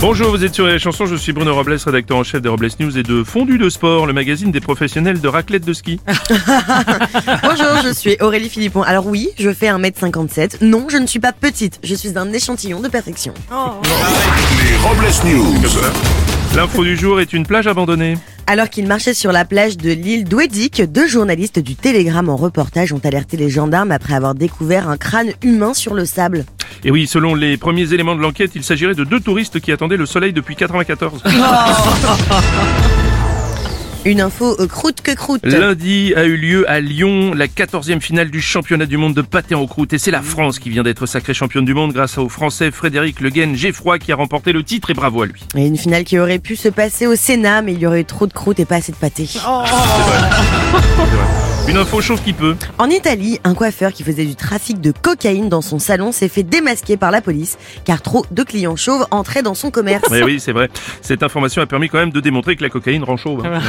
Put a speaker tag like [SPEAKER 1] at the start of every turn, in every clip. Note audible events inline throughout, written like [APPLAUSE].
[SPEAKER 1] Bonjour, vous êtes sur les chansons, je suis Bruno Robles, rédacteur en chef des Robles News et de Fondue de Sport, le magazine des professionnels de raclette de ski.
[SPEAKER 2] Bonjour, je suis Aurélie Philippon. Alors oui, je fais 1m57. Non, je ne suis pas petite. Je suis un échantillon de perfection.
[SPEAKER 3] Les Robles News.
[SPEAKER 1] L'info du jour est une plage abandonnée.
[SPEAKER 2] Alors qu'ils marchaient sur la plage de l'île d'Ouedic, deux journalistes du Télégramme en reportage ont alerté les gendarmes après avoir découvert un crâne humain sur le sable.
[SPEAKER 1] Et oui, selon les premiers éléments de l'enquête, il s'agirait de deux touristes qui attendaient le soleil depuis 94.
[SPEAKER 2] Une info euh, croûte que croûte.
[SPEAKER 1] Lundi a eu lieu à Lyon la 14e finale du championnat du monde de pâté en croûte et c'est la France qui vient d'être sacrée championne du monde grâce au français Frédéric Le Guen Geffroy qui a remporté le titre et bravo à lui.
[SPEAKER 2] Et une finale qui aurait pu se passer au Sénat, mais il y aurait eu trop de croûte et pas assez de pâté.
[SPEAKER 1] Une info chauve qui peut.
[SPEAKER 2] En Italie, un coiffeur qui faisait du trafic de cocaïne dans son salon s'est fait démasquer par la police car trop de clients chauves entraient dans son commerce.
[SPEAKER 1] Mais oui, c'est vrai. Cette information a permis quand même de démontrer que la cocaïne rend chauve. hein.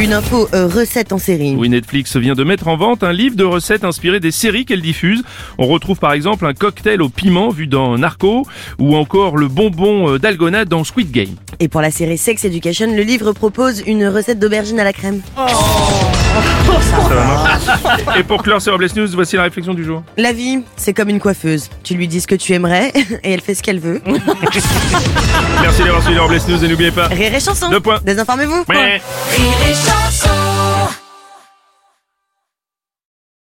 [SPEAKER 2] Une info euh, recette en série.
[SPEAKER 1] Oui, Netflix vient de mettre en vente un livre de recettes inspirées des séries qu'elle diffuse. On retrouve par exemple un cocktail au piment vu dans Narco ou encore le bonbon euh, d'Algona dans Squid Game.
[SPEAKER 2] Et pour la série Sex Education, le livre propose une recette d'aubergine à la crème.
[SPEAKER 1] Et pour clore sur Robles News, voici la réflexion du jour.
[SPEAKER 2] La vie, c'est comme une coiffeuse. Tu lui dis ce que tu aimerais [LAUGHS] et elle fait ce qu'elle veut.
[SPEAKER 1] Merci d'avoir suivi les Robles News et n'oubliez pas.
[SPEAKER 2] Rire et chanson.
[SPEAKER 1] Deux points.
[SPEAKER 2] Désinformez-vous.
[SPEAKER 1] Ouais.
[SPEAKER 4] Rire et chanson